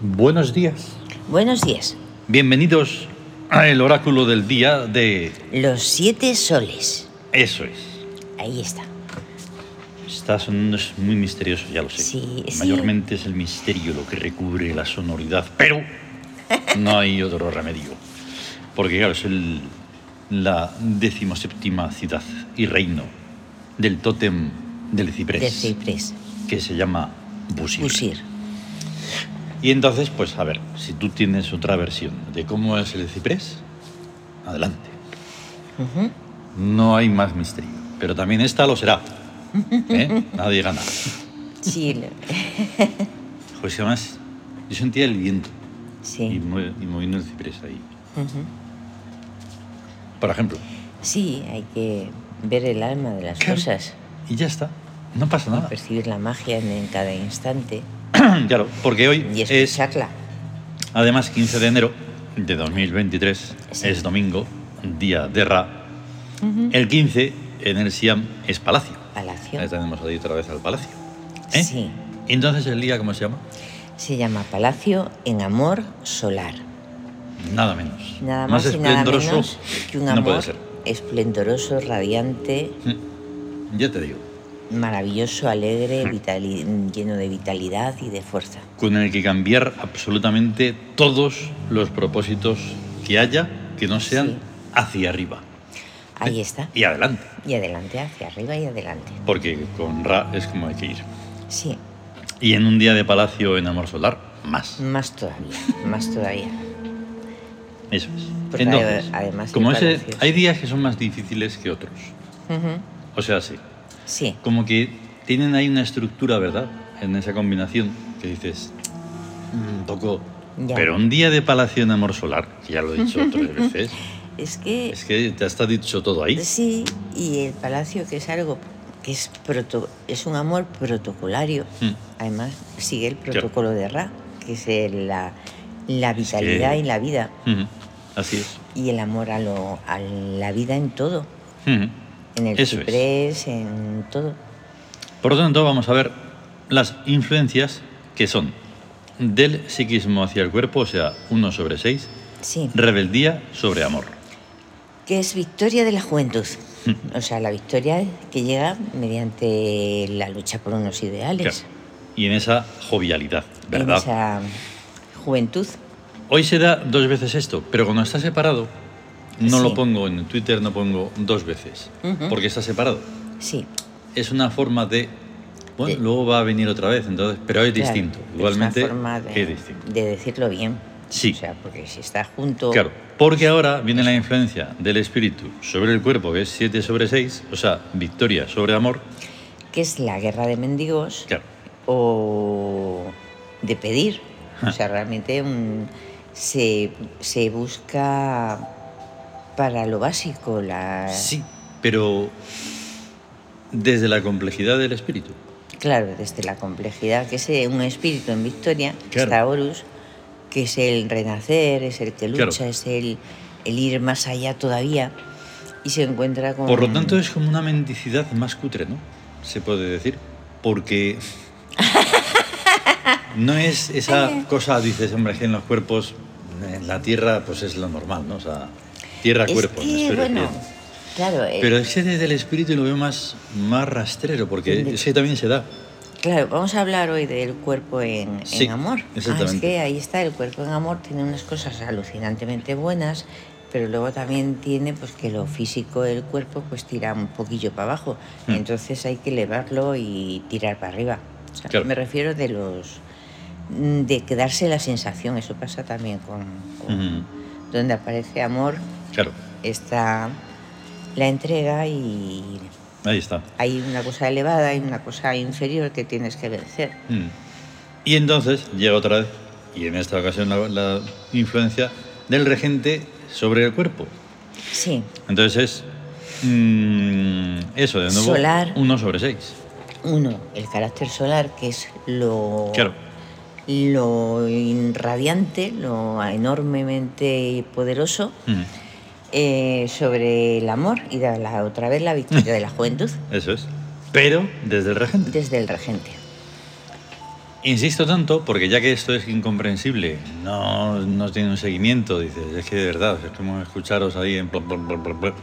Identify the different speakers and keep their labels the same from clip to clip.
Speaker 1: Buenos días.
Speaker 2: Buenos días.
Speaker 1: Bienvenidos a el oráculo del día de...
Speaker 2: Los siete soles.
Speaker 1: Eso es.
Speaker 2: Ahí está.
Speaker 1: Está sonando es muy misterioso, ya lo sé.
Speaker 2: Sí, sí.
Speaker 1: Mayormente es el misterio lo que recubre la sonoridad, pero no hay otro remedio. Porque claro, es el, la decimoséptima ciudad y reino del tótem del ciprés,
Speaker 2: De ciprés.
Speaker 1: que se llama Busir.
Speaker 2: Usir.
Speaker 1: Y entonces, pues a ver, si tú tienes otra versión de cómo es el ciprés, adelante. No hay más misterio, pero también esta lo será. ¿eh? Nadie gana.
Speaker 2: Sí. lo-
Speaker 1: Pues además, yo sentía el viento y,
Speaker 2: Sí.
Speaker 1: mue- y moviendo el ciprés ahí.
Speaker 2: Ujú.
Speaker 1: Por ejemplo.
Speaker 2: Sí, hay que ver el alma de las cosas.
Speaker 1: Y ya está. No pasa nada.
Speaker 2: Percibir la magia en, en cada instante.
Speaker 1: claro, porque hoy
Speaker 2: Y
Speaker 1: es,
Speaker 2: escucharla.
Speaker 1: además, 15 de enero de 2023.
Speaker 2: Sí.
Speaker 1: Es domingo, día de Ra. El 15 en el Siam es palacio.
Speaker 2: Palacio.
Speaker 1: Ahí tenemos ahí otra vez al palacio. ¿eh?
Speaker 2: Sí.
Speaker 1: ¿Y entonces el día cómo se llama?
Speaker 2: Se llama Palacio en Amor Solar.
Speaker 1: Nada menos.
Speaker 2: Nada más, y nada
Speaker 1: esplendoroso
Speaker 2: menos que un
Speaker 1: no
Speaker 2: amor
Speaker 1: puede ser.
Speaker 2: esplendoroso, radiante,
Speaker 1: Ya te digo.
Speaker 2: maravilloso, alegre,
Speaker 1: Hmm.
Speaker 2: vitali- lleno de vitalidad y de fuerza.
Speaker 1: Con el que cambiar absolutamente todos los propósitos que haya que no sean
Speaker 2: Sí.
Speaker 1: hacia arriba
Speaker 2: Ahí está.
Speaker 1: y adelante.
Speaker 2: Y adelante, hacia arriba y adelante.
Speaker 1: Porque con Ra es como hay que ir.
Speaker 2: Sí,
Speaker 1: Y en un día de palacio en amor solar, más.
Speaker 2: más todavía, más todavía.
Speaker 1: Eso es.
Speaker 2: Porque
Speaker 1: Entonces,
Speaker 2: ade- Pues además el
Speaker 1: como ese,
Speaker 2: palacio es-
Speaker 1: hay días que son más difíciles que otros.
Speaker 2: Ujú,
Speaker 1: O sea, sí.
Speaker 2: Sí,
Speaker 1: como que tienen ahí una estructura, ¿verdad? En esa combinación que dices, un poco...
Speaker 2: Ya.
Speaker 1: Pero un día de Palacio en Amor Solar, que ya lo he dicho otras veces,
Speaker 2: es que
Speaker 1: es que ya está dicho todo ahí.
Speaker 2: sí, y el palacio que es algo que es proto- es un amor protocolario.
Speaker 1: Mm.
Speaker 2: Además sigue el protocolo de Ra, que es el- la, la
Speaker 1: Es que-
Speaker 2: vitalidad y la vida
Speaker 1: Ujú, mm, Así es.
Speaker 2: y el amor a, lo, a la vida en todo,
Speaker 1: Ujú.
Speaker 2: en el
Speaker 1: Eso es.
Speaker 2: ciprés, en todo.
Speaker 1: Por lo tanto, vamos a ver las influencias que son del psiquismo hacia el cuerpo, o sea, 1 sobre 6,
Speaker 2: Sí,
Speaker 1: rebeldía sobre amor.
Speaker 2: que es victoria de la juventud.
Speaker 1: Mm.
Speaker 2: O sea, la victoria que llega mediante la lucha por unos ideales.
Speaker 1: Claro. Y en esa jovialidad, ¿verdad?
Speaker 2: en esa juventud.
Speaker 1: Hoy se da dos veces esto, pero cuando está separado, no
Speaker 2: Sí.
Speaker 1: lo pongo en Twitter, no pongo dos veces,
Speaker 2: Ujú.
Speaker 1: porque está separado.
Speaker 2: Sí,
Speaker 1: Es una forma de... Bueno,
Speaker 2: De-
Speaker 1: luego va a venir otra vez, entonces, pero es
Speaker 2: claro,
Speaker 1: distinto.
Speaker 2: es una
Speaker 1: Igualmente,
Speaker 2: forma de,
Speaker 1: es distinto.
Speaker 2: de decirlo bien.
Speaker 1: Sí.
Speaker 2: O sea, porque si está junto.
Speaker 1: Claro, porque ahora viene la influencia del espíritu sobre el cuerpo, que es 7 sobre 6, o sea, victoria sobre amor.
Speaker 2: Que es la guerra de mendigos.
Speaker 1: Claro,
Speaker 2: O de pedir.
Speaker 1: Ah.
Speaker 2: O sea, realmente un- se, se busca para lo básico. La,
Speaker 1: sí, pero desde la complejidad del espíritu.
Speaker 2: Claro, desde la complejidad, que es eh, un espíritu en victoria,
Speaker 1: Claro.
Speaker 2: está Horus, que es el renacer, es el que lucha,
Speaker 1: Claro.
Speaker 2: es el, el ir más allá todavía, y se encuentra con...
Speaker 1: Por lo tanto, es como una mendicidad más cutre, ¿no? Se puede decir. Porque. No es
Speaker 2: eh.
Speaker 1: esa cosa, dices, hombre, que en los cuerpos, en la tierra, pues es lo normal, ¿no? O sea,
Speaker 2: Es
Speaker 1: tierra-cuerpo.
Speaker 2: que, bueno, claro, eh,
Speaker 1: Pero ese desde el espíritu lo veo más, más rastrero, porque
Speaker 2: De-
Speaker 1: ese también se da.
Speaker 2: claro, vamos a hablar hoy del cuerpo en, en
Speaker 1: Sí,
Speaker 2: amor. Ah, es
Speaker 1: exactamente.
Speaker 2: que ahí está, el cuerpo en amor tiene unas cosas alucinantemente buenas, pero luego también tiene pues que lo físico del cuerpo pues tira un poquillo para abajo,
Speaker 1: Mm.
Speaker 2: entonces hay que elevarlo y tirar para arriba. O sea,
Speaker 1: Claro.
Speaker 2: Me refiero de los mm, de quedarse la sensación, eso pasa también con, con-
Speaker 1: Ujú,
Speaker 2: donde aparece amor
Speaker 1: Mm. Claro,
Speaker 2: está la entrega y
Speaker 1: ahí está.
Speaker 2: hay una cosa elevada y una cosa inferior que tienes que vencer.
Speaker 1: Mm. Y entonces llega otra vez, y en esta ocasión la- la influencia del regente sobre el cuerpo.
Speaker 2: Sí,
Speaker 1: Entonces es. mm, eso, de nuevo.
Speaker 2: Solar.
Speaker 1: 1 sobre 6.
Speaker 2: uno, el carácter solar, que es lo,
Speaker 1: Claro.
Speaker 2: lo in- radiante, lo enormemente poderoso,
Speaker 1: Mm,
Speaker 2: eh, sobre el amor y da la, otra vez la
Speaker 1: Mm.
Speaker 2: victoria de la juventud
Speaker 1: Eso es. Pero desde el regente.
Speaker 2: desde el regente.
Speaker 1: Insisto tanto, porque ya que esto es incomprensible, no, no tiene un seguimiento, dices, es que de verdad, si estuvimos a escucharos ahí en... plop, plop, plop, plop, plop,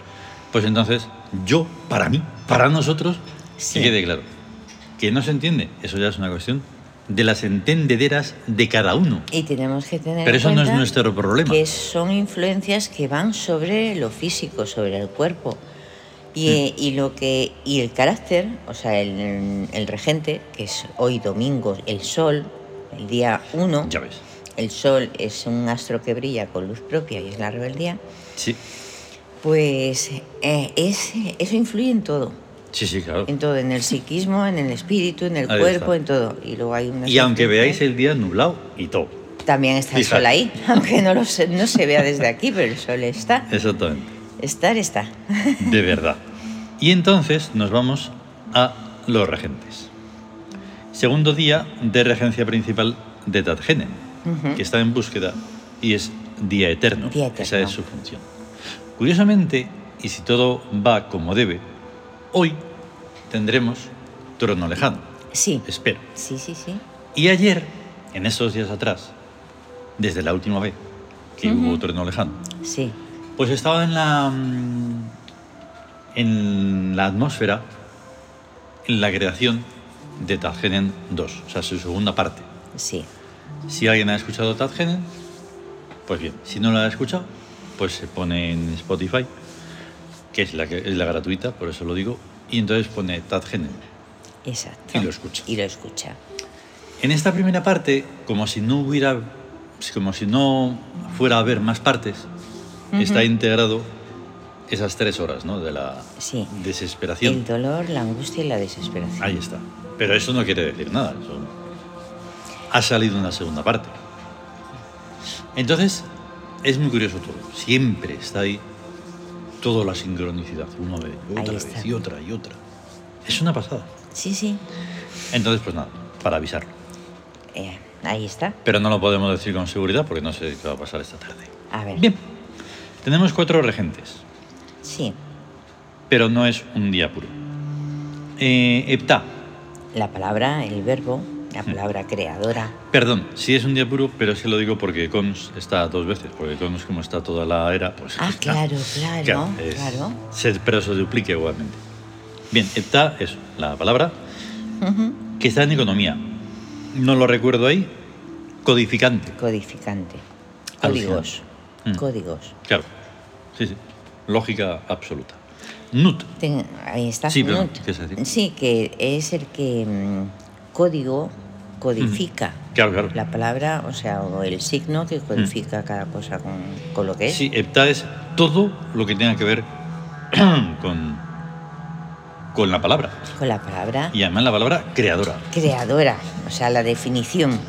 Speaker 1: pues entonces, yo, para mí, para nosotros,
Speaker 2: Sí.
Speaker 1: que quede claro. Que no se entiende, eso ya es una cuestión de las entendederas de cada uno.
Speaker 2: Y tenemos que tener
Speaker 1: Pero
Speaker 2: en
Speaker 1: eso no es
Speaker 2: cuenta
Speaker 1: nuestro problema.
Speaker 2: Que son influencias que van sobre lo físico, sobre el cuerpo. Y, eh,
Speaker 1: Mm.
Speaker 2: y lo que y el carácter, o sea, el, el regente, que es hoy domingo, el sol, el día 1,
Speaker 1: Ya ves.
Speaker 2: el sol es un astro que brilla con luz propia y es la rebeldía,
Speaker 1: Sí,
Speaker 2: pues eh, es, eso influye en todo.
Speaker 1: sí, sí, claro.
Speaker 2: En todo, en el psiquismo, en el espíritu, en el
Speaker 1: Ahí
Speaker 2: cuerpo,
Speaker 1: está.
Speaker 2: en todo. Y luego hay unas
Speaker 1: Y aunque
Speaker 2: influencias-
Speaker 1: veáis el día nublado y todo.
Speaker 2: También está el
Speaker 1: Fíjate.
Speaker 2: sol ahí, aunque no, lo se, no se vea desde aquí, pero el sol está.
Speaker 1: Exactamente.
Speaker 2: Estar está.
Speaker 1: De verdad. Y entonces nos vamos a los regentes. Segundo día de regencia principal de Tadgene, que está en búsqueda y es día eterno.
Speaker 2: Día eterno.
Speaker 1: Esa es su función. Curiosamente, y si todo va como debe, hoy tendremos trono lejano.
Speaker 2: Sí,
Speaker 1: Espero.
Speaker 2: sí, sí, sí.
Speaker 1: Y ayer, en esos días atrás, desde la última vez que hubo trono lejano,
Speaker 2: Sí,
Speaker 1: pues estaba en la. mm, en la atmósfera, en la creación de Tadgenen 2, o sea, su segunda parte.
Speaker 2: sí.
Speaker 1: Si alguien ha escuchado Tadgenen, pues bien. Si no la ha escuchado, pues se pone en Spotify, que es la, que, es la gratuita, por eso lo digo, y entonces pone Tadgenen.
Speaker 2: Exacto.
Speaker 1: Y lo escucha.
Speaker 2: Y lo escucha.
Speaker 1: En esta primera parte, como si no hubiera, como si no fuera a haber más partes, está integrado esas tres horas, ¿no? De la
Speaker 2: Sí. El
Speaker 1: desesperación.
Speaker 2: dolor, la angustia y la desesperación.
Speaker 1: Ahí está. Pero eso no quiere decir nada. eso- Ha salido una segunda parte. Entonces, es muy curioso todo. Siempre está ahí toda la sincronicidad, una vez, y
Speaker 2: Ahí
Speaker 1: otra
Speaker 2: está.
Speaker 1: vez y otra y otra. Es una pasada.
Speaker 2: Sí, sí.
Speaker 1: Entonces, pues nada, para avisarlo.
Speaker 2: Eh, ahí está.
Speaker 1: Pero no lo podemos decir con seguridad porque no sé qué va a pasar esta tarde.
Speaker 2: A ver.
Speaker 1: Bien, tenemos cuatro regentes,
Speaker 2: Sí.
Speaker 1: pero no es un día puro. Eh, Heptá,
Speaker 2: La palabra, el verbo,
Speaker 1: Hmm.
Speaker 2: la palabra creadora.
Speaker 1: perdón, sí es un día puro, pero es que lo digo porque Cons está dos veces, porque Cons como está toda la era, pues...
Speaker 2: Ah, claro, claro,
Speaker 1: es-
Speaker 2: claro.
Speaker 1: se- pero se duplica igualmente. Bien, Heptá es la palabra
Speaker 2: Ujú.
Speaker 1: que está en economía. No lo recuerdo ahí. Codificante,
Speaker 2: Codificante.
Speaker 1: Alucinante.
Speaker 2: Códigos.
Speaker 1: Mm.
Speaker 2: Códigos.
Speaker 1: claro. Sí, sí. Lógica absoluta. Nut,
Speaker 2: Ten- ahí está.
Speaker 1: Sí, perdón,
Speaker 2: Nut.
Speaker 1: ¿qué es decir?
Speaker 2: Sí, que es el que mm, código codifica.
Speaker 1: claro, claro.
Speaker 2: La palabra, o sea, o el signo que codifica cada cosa con, con lo que es.
Speaker 1: Hmm. Sí, hepta es todo lo que tenga que ver con, con la palabra.
Speaker 2: Con la palabra
Speaker 1: Y además la palabra creadora.
Speaker 2: creadora, o sea, la definición.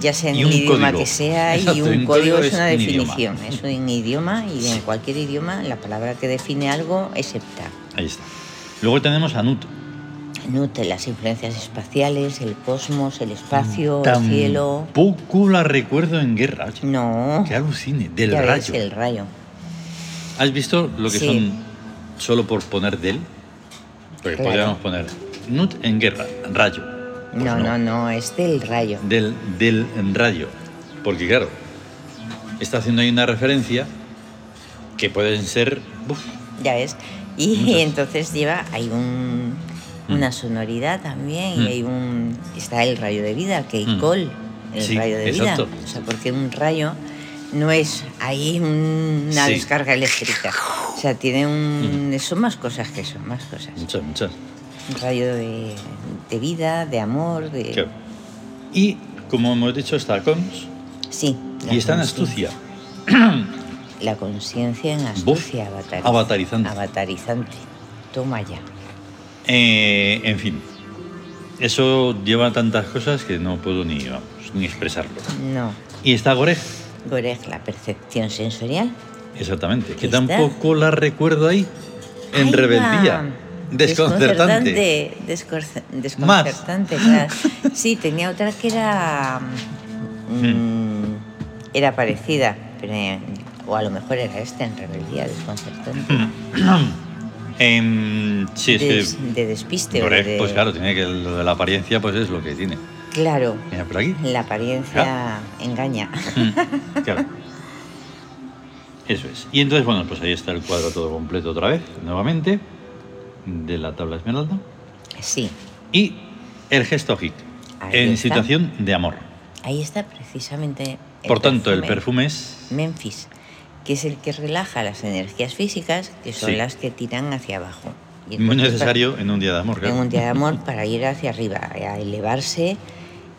Speaker 2: Ya sea en
Speaker 1: Y
Speaker 2: el
Speaker 1: un
Speaker 2: idioma
Speaker 1: código.
Speaker 2: que sea, y
Speaker 1: Exacto,
Speaker 2: un, código es una
Speaker 1: un idioma.
Speaker 2: definición. Es un idioma y en cualquier idioma la palabra que define algo es hepta.
Speaker 1: Ahí está. Luego tenemos a Nut.
Speaker 2: Nute las influencias espaciales, el cosmos,
Speaker 1: Mm,
Speaker 2: el espacio, el cielo.
Speaker 1: Tampoco la recuerdo en guerra. oye.
Speaker 2: No.
Speaker 1: Que alucine, del
Speaker 2: Ya ves,
Speaker 1: rayo.
Speaker 2: el rayo.
Speaker 1: ¿Has visto lo que
Speaker 2: Sí.
Speaker 1: son solo por poner del? Porque
Speaker 2: Claro.
Speaker 1: podríamos poner Nut en guerra, rayo. Pues
Speaker 2: no, no, no, es del rayo.
Speaker 1: del, del rayo. Porque claro, está haciendo ahí una referencia que pueden ser... uf,
Speaker 2: Ya ves. Y entonces lleva, hay un, una sonoridad también,
Speaker 1: Mm.
Speaker 2: y hay un. Está el rayo de vida, que
Speaker 1: Mm.
Speaker 2: col, el
Speaker 1: Sí,
Speaker 2: rayo de
Speaker 1: exacto.
Speaker 2: vida. O sea, porque un rayo no es ahí un- una
Speaker 1: Sí. Mm.
Speaker 2: descarga eléctrica. O sea, tiene un. Son más cosas que eso, más cosas.
Speaker 1: muchas, muchas. Mm.
Speaker 2: Un rayo de, de vida, de amor, de.
Speaker 1: Claro. Y como hemos dicho, está Cons
Speaker 2: Sí. la
Speaker 1: y está en
Speaker 2: consci-
Speaker 1: Astucia.
Speaker 2: La conciencia en astucia avatariz-
Speaker 1: avatarizante.
Speaker 2: Avatarizante. Toma ya.
Speaker 1: Eh, en fin, eso lleva tantas cosas que no puedo ni, vamos, ni expresarlo.
Speaker 2: No.
Speaker 1: Y está Gorej,
Speaker 2: Gorej, la percepción sensorial.
Speaker 1: exactamente, que
Speaker 2: Está.
Speaker 1: tampoco la recuerdo ahí, en
Speaker 2: Ahí va.
Speaker 1: rebeldía. Desconcertante.
Speaker 2: Desconcertante, descorce-
Speaker 1: Más.
Speaker 2: desconcertante, claro. Sí, tenía otra que era. mm, era parecida, pero, eh, o a lo mejor era esta en rebeldía, desconcertante.
Speaker 1: Em, sí, es que
Speaker 2: Des- de despiste. o
Speaker 1: Gorej,
Speaker 2: de-
Speaker 1: pues claro, tiene que lo de la apariencia, pues es lo que tiene.
Speaker 2: Claro,
Speaker 1: Mira por aquí.
Speaker 2: la apariencia
Speaker 1: Claro.
Speaker 2: engaña.
Speaker 1: Mm, claro. Eso es. Y entonces, bueno, pues ahí está el cuadro todo completo otra vez, nuevamente, de la tabla esmeralda.
Speaker 2: Sí,
Speaker 1: Y el gesto hic,
Speaker 2: Ahí
Speaker 1: en
Speaker 2: está.
Speaker 1: situación de amor.
Speaker 2: ahí está precisamente. el
Speaker 1: Por tanto, el perfume es...
Speaker 2: Memphis, que es el que relaja las energías físicas, que son
Speaker 1: Sí.
Speaker 2: las que tiran hacia abajo. Y
Speaker 1: Muy
Speaker 2: entonces,
Speaker 1: necesario en un día de amor,
Speaker 2: para- En
Speaker 1: claro.
Speaker 2: un día de amor para ir hacia arriba, a elevarse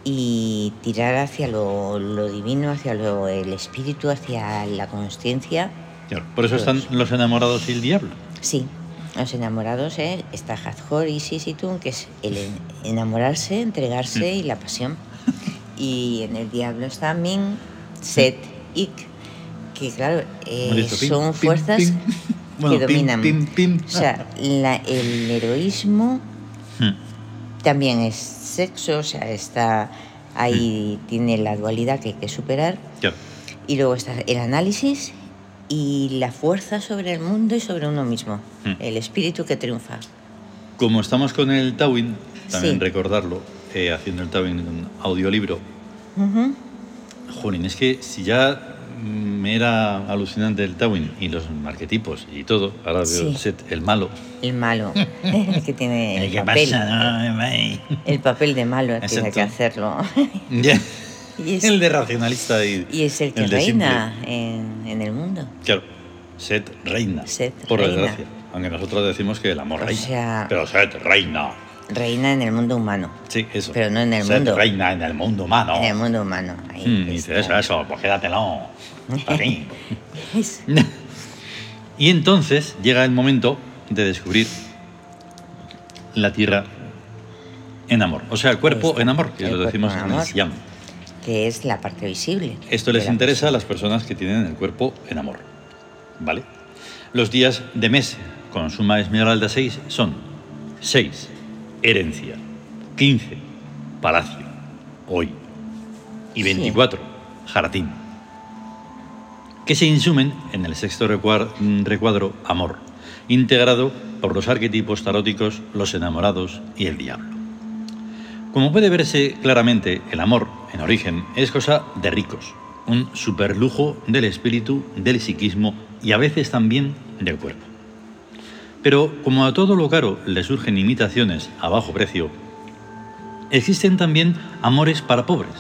Speaker 2: y tirar hacia lo, lo divino, hacia lo, el espíritu, hacia la consciencia.
Speaker 1: Claro. Por eso están los enamorados y el diablo.
Speaker 2: Sí, los enamorados ¿eh? está Hathor y Sisitun, que es el en- enamorarse,
Speaker 1: Mm.
Speaker 2: entregarse y la pasión. Y en el diablo está Min, Set, Ik, que claro, eh,
Speaker 1: Hemos dicho, pim,
Speaker 2: son
Speaker 1: pim,
Speaker 2: fuerzas
Speaker 1: pim. Bueno,
Speaker 2: que
Speaker 1: pim,
Speaker 2: dominan.
Speaker 1: pim, pim.
Speaker 2: O sea, la- el heroísmo
Speaker 1: Mm.
Speaker 2: también es sexo, o sea, está
Speaker 1: Mm.
Speaker 2: ahí tiene la dualidad que hay que superar.
Speaker 1: Claro.
Speaker 2: Y luego está el análisis y la fuerza sobre el mundo y sobre uno mismo.
Speaker 1: Mm.
Speaker 2: El espíritu que triunfa.
Speaker 1: Como estamos con el Tawin, también
Speaker 2: Sí.
Speaker 1: recordarlo, eh, haciendo el Tawin en un audiolibro.
Speaker 2: Ujú.
Speaker 1: Jolín, es que si ya mm, me era alucinante el Tawin y los marquetipos y todo, ahora veo
Speaker 2: Sí.
Speaker 1: el set, el malo.
Speaker 2: El malo, el que tiene el
Speaker 1: Eh, ¿Qué
Speaker 2: papel,
Speaker 1: Hmm. pasa? No, ay.
Speaker 2: el papel de malo tiene
Speaker 1: Exacto.
Speaker 2: que hacerlo.
Speaker 1: Ya.
Speaker 2: y, es,
Speaker 1: El de racionalista y,
Speaker 2: y es el que
Speaker 1: el de
Speaker 2: reina en, en el mundo.
Speaker 1: Claro, Set reina.
Speaker 2: Set
Speaker 1: por
Speaker 2: reina.
Speaker 1: desgracia. Aunque nosotros decimos que el amor
Speaker 2: O
Speaker 1: reina.
Speaker 2: sea-
Speaker 1: Pero Set reina.
Speaker 2: Reina en el mundo humano.
Speaker 1: Sí, eso.
Speaker 2: Pero no en el
Speaker 1: Set
Speaker 2: mundo.
Speaker 1: reina en el mundo humano.
Speaker 2: En el mundo humano. Ahí
Speaker 1: Mm, y
Speaker 2: está.
Speaker 1: dice eso, eso, pues quédatelo. para ti".
Speaker 2: Es-
Speaker 1: y entonces llega el momento de descubrir la tierra en amor. O sea, el
Speaker 2: Ahí
Speaker 1: cuerpo
Speaker 2: está.
Speaker 1: en amor, que
Speaker 2: El
Speaker 1: lo
Speaker 2: cuerpo
Speaker 1: decimos
Speaker 2: en
Speaker 1: en el
Speaker 2: amor.
Speaker 1: Siam.
Speaker 2: que es la parte visible.
Speaker 1: Esto
Speaker 2: de
Speaker 1: les
Speaker 2: la
Speaker 1: interesa a las personas que tienen el cuerpo en amor. ¿Vale? Los días de mes con suma esmeralda 6 son 6, herencia, 15, palacio, hoy, y
Speaker 2: Sí.
Speaker 1: 24, jardín. Que se insumen en el sexto recuar- mm, recuadro amor, integrado por los arquetipos taróticos, los enamorados y el diablo. Como puede verse claramente, el amor, en origen, es cosa de ricos, un superlujo del espíritu, del psiquismo y a veces también del cuerpo. Pero como a todo lo caro le surgen imitaciones a bajo precio, existen también amores para pobres,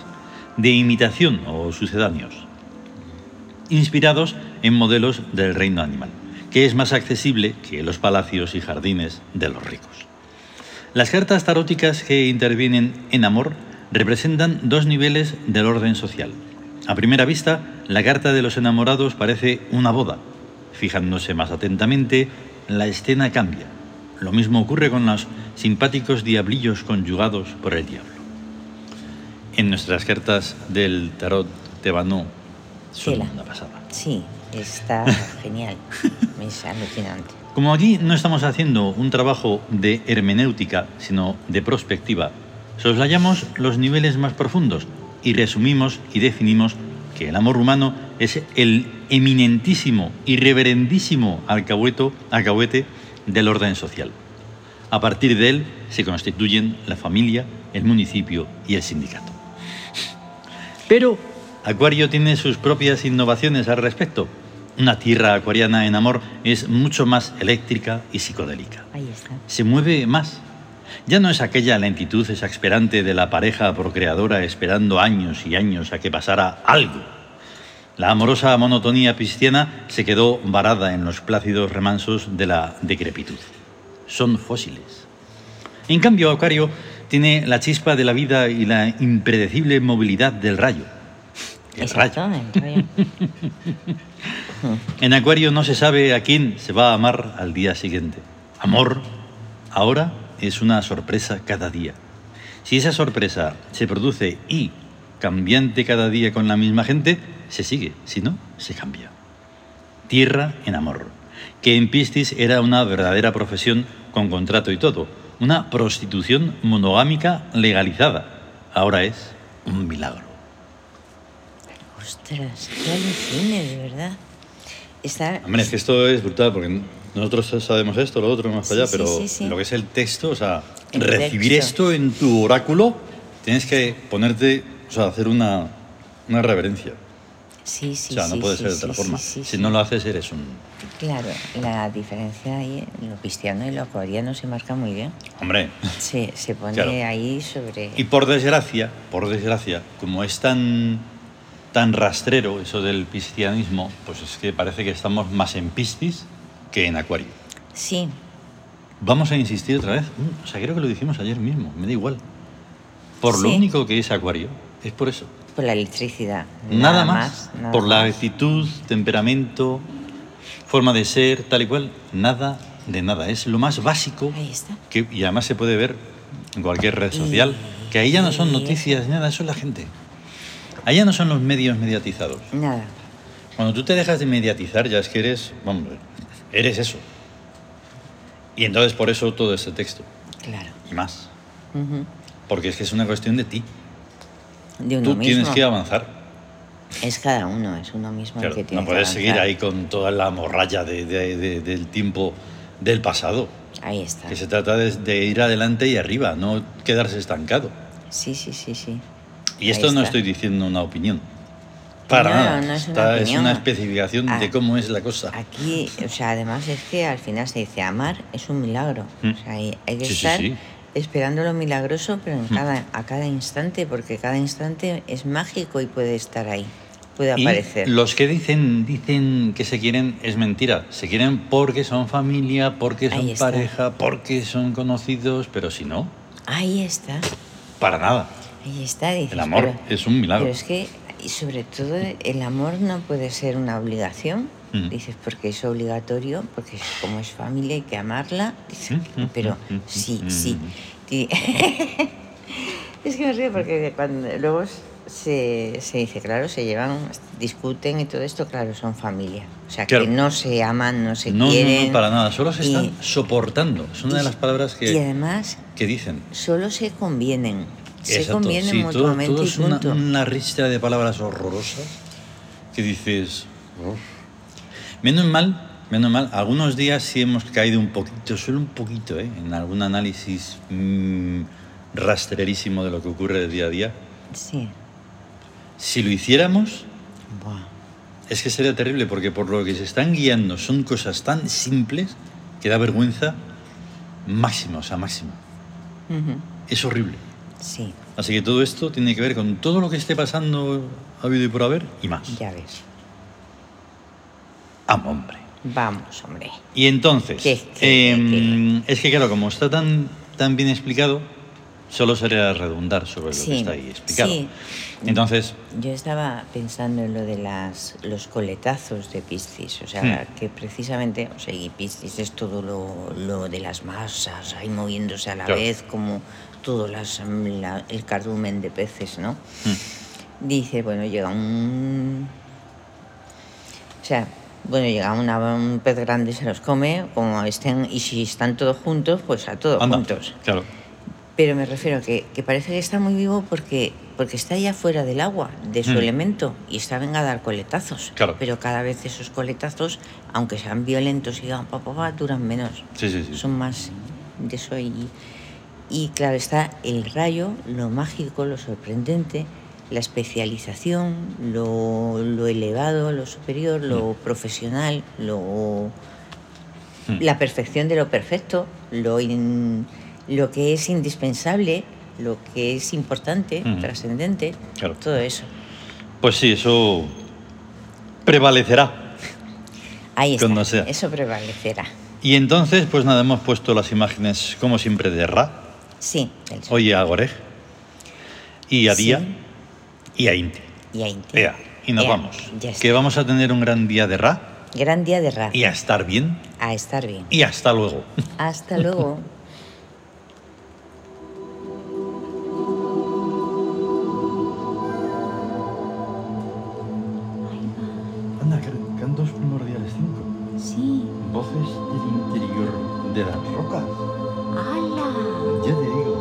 Speaker 1: de imitación o sucedáneos, inspirados en modelos del reino animal, que es más accesible que los palacios y jardines de los ricos. Las cartas taróticas que intervienen en amor representan dos niveles del orden social. A primera vista, la carta de los enamorados parece una boda. Fijándose más atentamente, la escena cambia. Lo mismo ocurre con los simpáticos diablillos conyugados por el diablo. En nuestras cartas del tarot tebano son
Speaker 2: Tela.
Speaker 1: una pasada.
Speaker 2: Sí, está genial. Es alucinante.
Speaker 1: Como aquí no estamos haciendo un trabajo de hermenéutica, sino de prospectiva, soslayamos los niveles más profundos y resumimos y definimos que el amor humano es el eminentísimo y reverendísimo alcahueto- alcahuete del orden social. A partir de él se constituyen la familia, el municipio y el sindicato. Pero Acuario tiene sus propias innovaciones al respecto. Una tierra acuariana en amor es mucho más eléctrica y psicodélica.
Speaker 2: Ahí está.
Speaker 1: Se mueve más. Ya no es aquella lentitud exasperante de la pareja procreadora esperando años y años a que pasara algo. La amorosa monotonía pisciana se quedó varada en los plácidos remansos de la decrepitud. Son fósiles. En cambio, Acuario tiene la chispa de la vida y la impredecible movilidad del rayo. El
Speaker 2: Exacto,
Speaker 1: rayo.
Speaker 2: el rayo.
Speaker 1: En Acuario no se sabe a quién se va a amar al día siguiente. Amor ahora es una sorpresa cada día. Si esa sorpresa se produce y cambiante cada día con la misma gente, se sigue, si no, se cambia. Tierra en amor, que en Piscis era una verdadera profesión con contrato y todo, una prostitución monogámica legalizada. Ahora es un milagro.
Speaker 2: Ostras, qué alucine, de verdad. Está.
Speaker 1: Hombre, es que esto es brutal, porque nosotros sabemos esto, lo otro, más
Speaker 2: Sí,
Speaker 1: allá,
Speaker 2: sí,
Speaker 1: pero
Speaker 2: sí, sí.
Speaker 1: lo que es el texto, o sea,
Speaker 2: El
Speaker 1: recibir esto
Speaker 2: texto.
Speaker 1: en tu oráculo Tienes que ponerte, o sea, hacer una, una reverencia.
Speaker 2: Sí, sí,
Speaker 1: o sea, no
Speaker 2: sí,
Speaker 1: puede
Speaker 2: sí,
Speaker 1: ser de
Speaker 2: sí,
Speaker 1: otra
Speaker 2: sí,
Speaker 1: forma.
Speaker 2: sí,
Speaker 1: si
Speaker 2: sí.
Speaker 1: no lo haces, eres un...
Speaker 2: Claro, la diferencia ahí, eh, los cristianos y los coreanos se marca muy bien.
Speaker 1: Hombre,
Speaker 2: Se, se pone
Speaker 1: Claro.
Speaker 2: ahí sobre...
Speaker 1: Y por desgracia, por desgracia, como es tan, tan rastrero eso del cristianismo, pues es que parece que estamos más en Piscis que en Acuario.
Speaker 2: Sí,
Speaker 1: Vamos a insistir otra vez. Mm, O sea, creo que lo dijimos ayer mismo, me da igual. Por lo
Speaker 2: Sí.
Speaker 1: único que es Acuario, es por eso.
Speaker 2: por la electricidad.
Speaker 1: Nada, más,
Speaker 2: nada
Speaker 1: por la
Speaker 2: más.
Speaker 1: actitud, temperamento, forma de ser, tal y cual. Nada de nada. Es lo más básico
Speaker 2: Ahí está.
Speaker 1: que, y además se puede ver en cualquier red
Speaker 2: Y-
Speaker 1: social, que ahí ya no son
Speaker 2: y-
Speaker 1: noticias ni nada, eso es la gente. Ahí ya no son los medios mediatizados.
Speaker 2: Nada.
Speaker 1: Cuando tú te dejas de mediatizar, ya es que eres, vamos, eres eso. Y entonces por eso todo este texto,
Speaker 2: Claro.
Speaker 1: y más.
Speaker 2: Ujú.
Speaker 1: Porque es que es una cuestión de ti.
Speaker 2: De uno
Speaker 1: Tú tienes
Speaker 2: mismo.
Speaker 1: que avanzar.
Speaker 2: Es cada uno, es uno mismo
Speaker 1: Claro,
Speaker 2: el que tiene
Speaker 1: no
Speaker 2: que
Speaker 1: puedes seguir
Speaker 2: avanzar.
Speaker 1: ahí con toda la morralla de- de- de- del tiempo del pasado.
Speaker 2: Ahí está.
Speaker 1: Que se trata de- de ir adelante y arriba, no quedarse estancado.
Speaker 2: Sí, sí, sí, sí.
Speaker 1: Y esto
Speaker 2: Ahí
Speaker 1: no
Speaker 2: está.
Speaker 1: estoy diciendo una opinión. Para
Speaker 2: No,
Speaker 1: nada.
Speaker 2: no es una
Speaker 1: Esta
Speaker 2: opinión.
Speaker 1: especificación de
Speaker 2: Ah.
Speaker 1: cómo es la cosa.
Speaker 2: Aquí, o sea, además es que al final se dice amar es un milagro.
Speaker 1: Mm.
Speaker 2: O sea, hay, hay que
Speaker 1: Sí, sí,
Speaker 2: estar
Speaker 1: sí. Mm.
Speaker 2: esperando lo milagroso, pero en cada, a cada instante, porque cada instante es mágico y puede estar ahí, puede
Speaker 1: Y
Speaker 2: aparecer.
Speaker 1: los que dicen, dicen que se quieren es mentira. Se quieren porque son familia, porque
Speaker 2: Ahí
Speaker 1: son
Speaker 2: está.
Speaker 1: pareja, porque son conocidos, pero si no,
Speaker 2: Ahí está,
Speaker 1: para nada.
Speaker 2: ahí está. dices,
Speaker 1: El amor
Speaker 2: pero-
Speaker 1: es un milagro.
Speaker 2: Pero es que, y sobre todo, el amor no puede ser una obligación.
Speaker 1: Mm.
Speaker 2: Dices, porque es obligatorio, porque es- como es familia hay que amarla. Dices,
Speaker 1: Mm, mm,
Speaker 2: pero
Speaker 1: mm, mm,
Speaker 2: sí,
Speaker 1: mm,
Speaker 2: sí. Ti- es que me río porque cuando, luego se, se dice, claro, se llevan, discuten y todo esto, claro, son familia. O sea,
Speaker 1: Claro.
Speaker 2: que no se aman, no se
Speaker 1: No, no,
Speaker 2: quieren.
Speaker 1: no, para nada. Solo se
Speaker 2: y-
Speaker 1: están soportando. Es una de
Speaker 2: y-
Speaker 1: las palabras
Speaker 2: Y eh,
Speaker 1: que,
Speaker 2: además,
Speaker 1: que dicen.
Speaker 2: solo se convienen. Se
Speaker 1: Exacto,
Speaker 2: convienen
Speaker 1: sí, todo-
Speaker 2: mutuamente
Speaker 1: todo
Speaker 2: y
Speaker 1: es una,
Speaker 2: punto.
Speaker 1: una ristra de palabras horrorosas que dices. "Uf". Menos mal, menos mal. Algunos días sí hemos caído un poquito, solo un poquito, ¿eh? en algún análisis mm, rastrerísimo de lo que ocurre día a día.
Speaker 2: Sí.
Speaker 1: Si lo hiciéramos,
Speaker 2: Buah.
Speaker 1: es que sería terrible, porque por lo que se están guiando son cosas tan simples que da vergüenza máxima, o sea, máxima.
Speaker 2: Ujú.
Speaker 1: Es horrible.
Speaker 2: Sí,
Speaker 1: Así que todo esto tiene que ver con todo lo que esté pasando habido y por haber y más.
Speaker 2: ya ves.
Speaker 1: Amo, hombre.
Speaker 2: Vamos, hombre.
Speaker 1: Y entonces,
Speaker 2: ¿Qué, qué,
Speaker 1: em, es que claro, como está tan, tan bien explicado, solo sería redundar sobre lo
Speaker 2: Sí,
Speaker 1: que está ahí explicado.
Speaker 2: sí.
Speaker 1: Entonces,
Speaker 2: Yo estaba pensando en lo de las, los coletazos de Piscis, o sea,
Speaker 1: Hmm.
Speaker 2: que precisamente, o sea, y Piscis es todo lo, lo de las masas, ahí moviéndose a la
Speaker 1: Claro.
Speaker 2: vez, como todo las, la- el cardumen de peces, ¿no?
Speaker 1: mm,
Speaker 2: Dice, bueno, llega un... O sea, bueno, llega una- un pez grande, se los come, como estén, y si están todos juntos, pues a todos
Speaker 1: anda,
Speaker 2: juntos.
Speaker 1: claro,
Speaker 2: Pero me refiero que, que parece que está muy vivo porque, porque está ya fuera del agua, de su
Speaker 1: Mm.
Speaker 2: elemento, y está venga a dar coletazos.
Speaker 1: Claro.
Speaker 2: Pero cada vez esos coletazos, aunque sean violentos y digan pa, pa, pa, duran menos.
Speaker 1: sí, sí, sí.
Speaker 2: Son más de eso y, y claro, está el rayo, lo mágico, lo sorprendente, la especialización, lo, lo elevado, lo superior, lo profesional, lo
Speaker 1: Mm.
Speaker 2: la perfección de lo perfecto, lo, in- lo que es indispensable, lo que es importante,
Speaker 1: Ujú.
Speaker 2: trascendente,
Speaker 1: Mm. Claro.
Speaker 2: todo eso.
Speaker 1: Pues sí, eso prevalecerá.
Speaker 2: Ahí está,
Speaker 1: Cuando sea.
Speaker 2: eso prevalecerá.
Speaker 1: Y entonces, pues nada, hemos puesto las imágenes, como siempre, de Ra,
Speaker 2: Sí, el sol.
Speaker 1: oye a Goreg, y a
Speaker 2: Sí.
Speaker 1: Día, y a Inti.
Speaker 2: Y ahí te-
Speaker 1: Ea, y nos
Speaker 2: Ea,
Speaker 1: vamos.
Speaker 2: ya está.
Speaker 1: Que vamos a tener un gran día de Ra,
Speaker 2: Gran día de Ra.
Speaker 1: y a estar bien,
Speaker 2: A estar bien.
Speaker 1: y hasta luego.
Speaker 2: Hasta luego.
Speaker 1: Anda, can- cantos primordiales 5.
Speaker 3: Sí,
Speaker 1: Voces del interior de las rocas.
Speaker 3: ala.
Speaker 1: Ya te digo.